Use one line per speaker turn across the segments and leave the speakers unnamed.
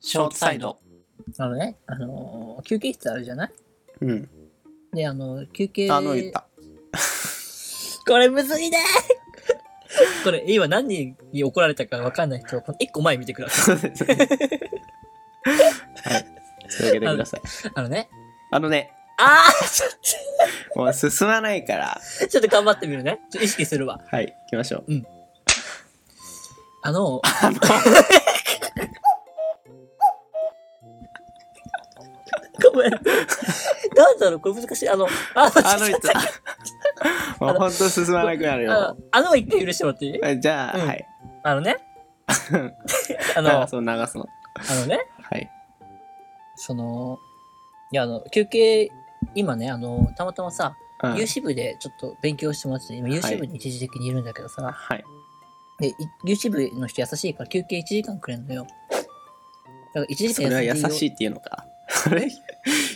ショートサイド。
あのね、あのー休憩室あるじゃない
うん。
で、あのー休憩。
あの言った。
これむずいねこれ、今何に怒られたかわかんない人は、この一個前見てください。
そうですね。はい。続けてください。
あのね。
あのね、
あーちょっ
もう進まないから。
と、ちょっと頑張ってみるね。ちょっと意識するわ。
はい、行きましょう。
あのー、ごめん。なんだろう、これ難しい。あの、あ
あの言 った。もうほんと進まなくなる
あ
よ。
あの、一回許してもらっていい
じゃあ、
うん
はい。
あのね。あの、
流
あ
すの、流すの。
のね。
はい。
その、いや、あの、休憩、今ね、あの、たまたまさ、
うん
有志部でちょっと勉強してもらってて、今有志部に一時的にいるんだけどさ、
はい。
で、い有志部の人優しいから休憩1時間くれんのよ。だから1時
そ
間
れは優しい
い。
っていうのか。それ、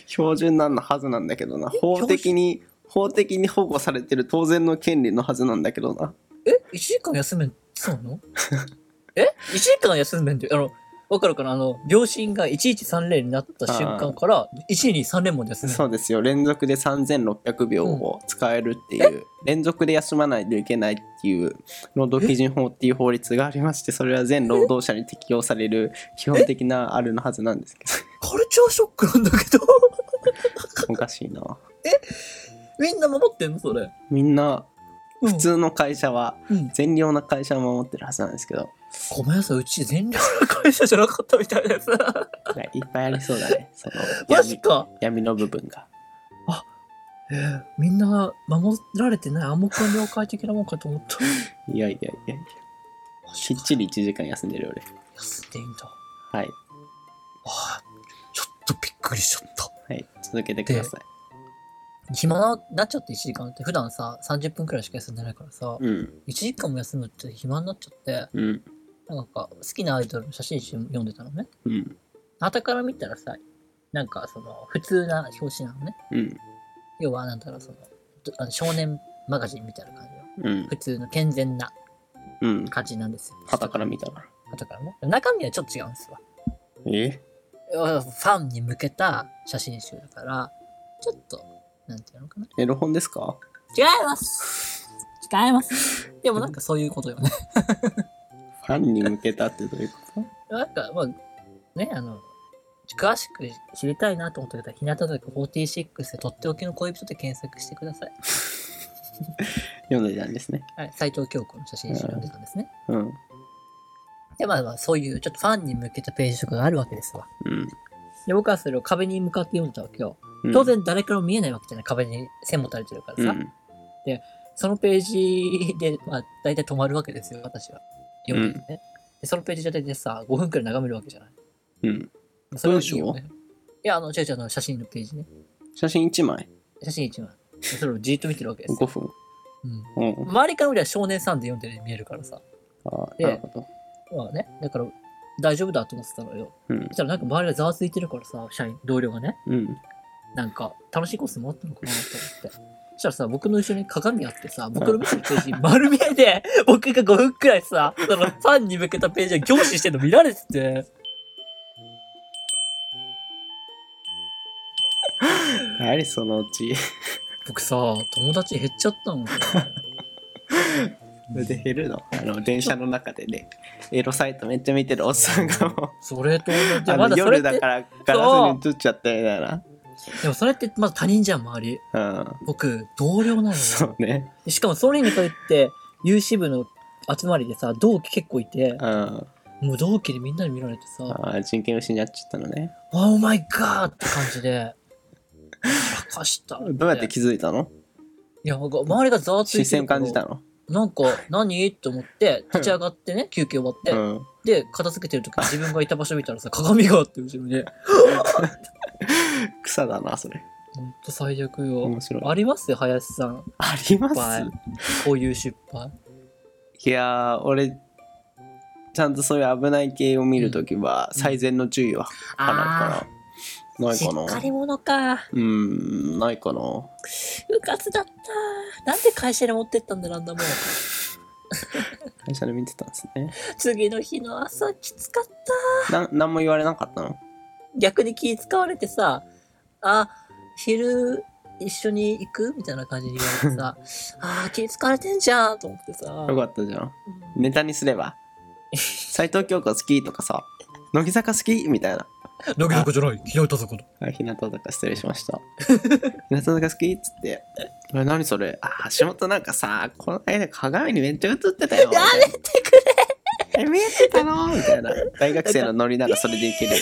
標準なんのはずなんだけどな。法的に、法的に保護されてる当然の権利のはずなんだけどな。
え ?1 時間休めん、そう なのえ ?1 時間休めんって、あの、わかるかなあの、秒針が1130になった瞬間から、1230まで休める。
そうですよ。連続で3600秒を使えるっていう、連続で休まないといけないっていう、労働基準法っていう法律がありまして、それは全労働者に適用される基本的なあるのはずなんですけ
カルチャーショックなんだけど。
ど、おかしいな。
みんな守ってんのそれ。
みんな、
普
普。通の会社は、
うん。
善良な会社を守ってるはずなんですけど、
ごめんなさい、うち全力の会社じゃなかったみたいです。
いやいっぱいありそうだね。その
マジ
闇
か。
闇の部分が。
えーみんな守られてない暗黙の了解的なもんかと思った。
いやいやいやいや。
マ
き
ジ
っ
か。
ちり1時間休んでる俺。
休んでいいんだ。わ
はい。
あ、ちょっとびっくりしちゃった。
はい。続けてください。
暇になっちゃって1時間って、普段さ、30分くらいしか休んでないからさ、
うん。
1時間も休むって暇になっちゃって、
うん。
なんか好きなアイドルの写真集読んでたのね。
うん。
旗から見たらさ、なんかその、普通な表紙なのね。
うん。
要は、なんだろう、その、どあの少年マガジンみたいな感じの、
うん。
普通の健全な
うん。
感じなんですよ。
はから見たら。
後からね。中身はちょっと違うんですわ。
え
ファンに向けた写真集だから、ちょっと、なんていうのかな。
エロ本ですか
違います違いますでもなんかそういうことよね。
ファンに向けたってどういうこ
なんか、まあ、ね、あの、詳しく知りたいなと思ったけど、日向坂46でとっておきの恋人で検索してください。
と読んでたんですね。
はい、斎藤京子の写真集読んでたんですね。
うん。
で、まあまあ、そういうちょっとファンに向けたページとかがあるわけですわ。
うん。
で、僕はそれを壁に向かって読んでたわけよ。
うん
当。然誰からも見えないわけじゃない。壁に線も垂れてるから
う
さ。
ん。
そのページで、まあ、大体止まるわけですよ、私は。読んでてね。でそのページで大体さ、5分くらい眺めるわけじゃない。
うん。
それはいいよね。いや、あの、違う違う、あの写真のページね。
写真1枚
写真一枚。でそれをじーっと見てるわけです
5
よ。
分。
うん、
うん。
周りから見れば少年さんで読んでるように見えるからさ。
ああ、
で
なるほど。
まあね、だから、大丈夫だと思ってたのよ。
うん
そし。たらなんか周りがざわついてるからさ、社員、同僚がね、
うん。
なんか、楽しいコースもあったのかなと思って。そしたらさ、僕の後ろに鏡あってさ、僕の見てるページ丸見えで、 僕が5分くらいさ、そのファンに向けたページを凝視してるの見られてて、
やはりそのうち。
僕さ、友達減っちゃったの。
そ れで減るの。あの、電車の中でね、エロサイトめっちゃ見てるおっさんがもう。
それと同 じ、
あ
ま
の
だそれ
夜
っ
だ
て
か、らガラスに映っちゃってみたい
でもそれってまだ他人じゃん、周り。
な。
僕、同僚なの
うん。そ
よ。
うね。
しかもそれに限って、有志部の集まりでさ、同期結構いて、
うん。あ
もう同期でみんなに見られてさ、
ー人権失っちゃったのね。
オーマイガーって感じで、やらかした。
どうやって気づいたの
いや、なんか周りがざわついて
視線感じたの
なんか、何と思って、立ち上がってね、休憩終わって、
うん。
で、片付けてる時に自分がいた場所見たらさ、鏡があって後ろに。
草だな、それ。
ほんと最悪よ。
面白い。
ありますよ、林さん。
ありま
失敗
す。
こういう失敗。
いやー、俺、ちゃんとそういう危ない系を見るときは、最善の注意は払う
あ
から。な
あ、
い
し
か
っかり
な。
者か。
うん、ないかな。
部活だった。なんで会社に持ってったんだ、なんだもん。
会社で見てたんですね。
次の日の朝きつかった。
な何も言われなかったの
逆に気使われてさ、あ、昼一緒に行くみたいな感じに言われて さ、あー気使われてんじゃんと思ってさ。
よかったじゃん。
うん
ネタにすれ ば。斎藤京子好きとかさ、乃木坂好きみたいな。
乃木坂じゃない、ひどいたぞこの。
はい、日向坂失礼しま した。日向坂好きっつって。え何それあ、橋本なんかさ、この間鏡にめっちゃ映ってたよ。やめてくれえ、見えてたのみたいな。大学生のノリならそれでいける。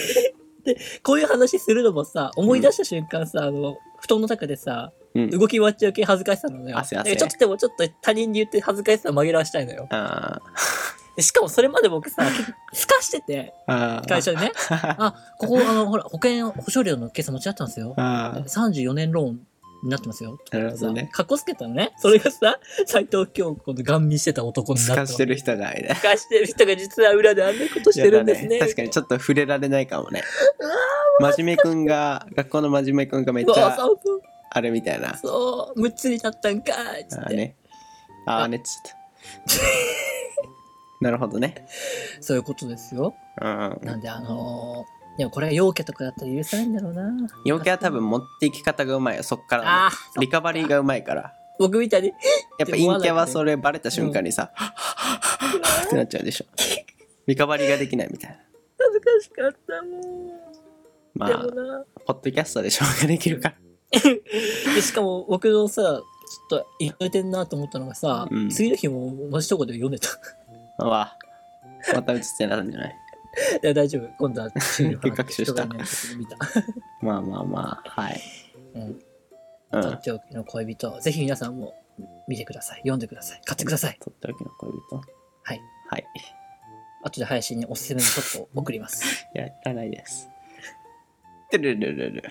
こういう話するのもさ、思い出した瞬間さ、あの、布団の中でさ、
うん。
動き終わっちゃう系恥ずかしさなのよ。
汗汗
でちょっとでもちょっと他人に言って恥ずかしさを紛らわしたいのよ。
あー
でしかもそれまで僕さ、 すかしてて、
あー。
会社で ね。
あ
あ、ここ、あの、ほら、保険、保証料の計算間違ったんですよ。
あ
34年ローンになってますよ。
ー。なるほどね。
かっこつけたのね。それがさ、斎藤京子のガン見してた男に
す
なった
か
わ。
してる人がいる。
透かしてる人が実は裏であんなことしてるんですね。
やだ確かにちょっと触れられないかもね。真面目くんが、学校の真面目くんがめっちゃ、
そうそう
あれみたいな。
そう。そう、むっつりだったんかーっつ
あ
っ
ー
て、
ね。あーねっつって。 なるほどね。
そういうことですよ。
うん。
なんで、あのー、でもこれは陽家とかだったら許さないんだろうな。
陽キャは多分持っていき方がうまいよ、そっからの
ああ、
リカバリーがうまいから。
僕みたいに、
やっぱ陰キャはそれバレた瞬間にさ、ってなっちゃうでしょ。リカバリーができないみたいな。
恥ずかしかったも
ま
ん。でも
あ、
な。
ポッドキャストで紹介できるから。
で、しかも僕のさ、ちょっと言われてんなと思ったのがさ、
うん
次の日も同じとこで読んでた。
うわまた映ってなるんじゃない
いや、大丈夫。今度は中 の話
学習した
人がいない時に見た。
まあまあまあ、はい。
うん。
うん。
と
と
っ、ておきの恋人。ぜひ皆さんも見てください。読んでください。買ってくださ
っ
い。
ておきの恋人。
はい。
はい。
あとで林におすすめのショットを送ります。
いや、いらないです。てるるるる。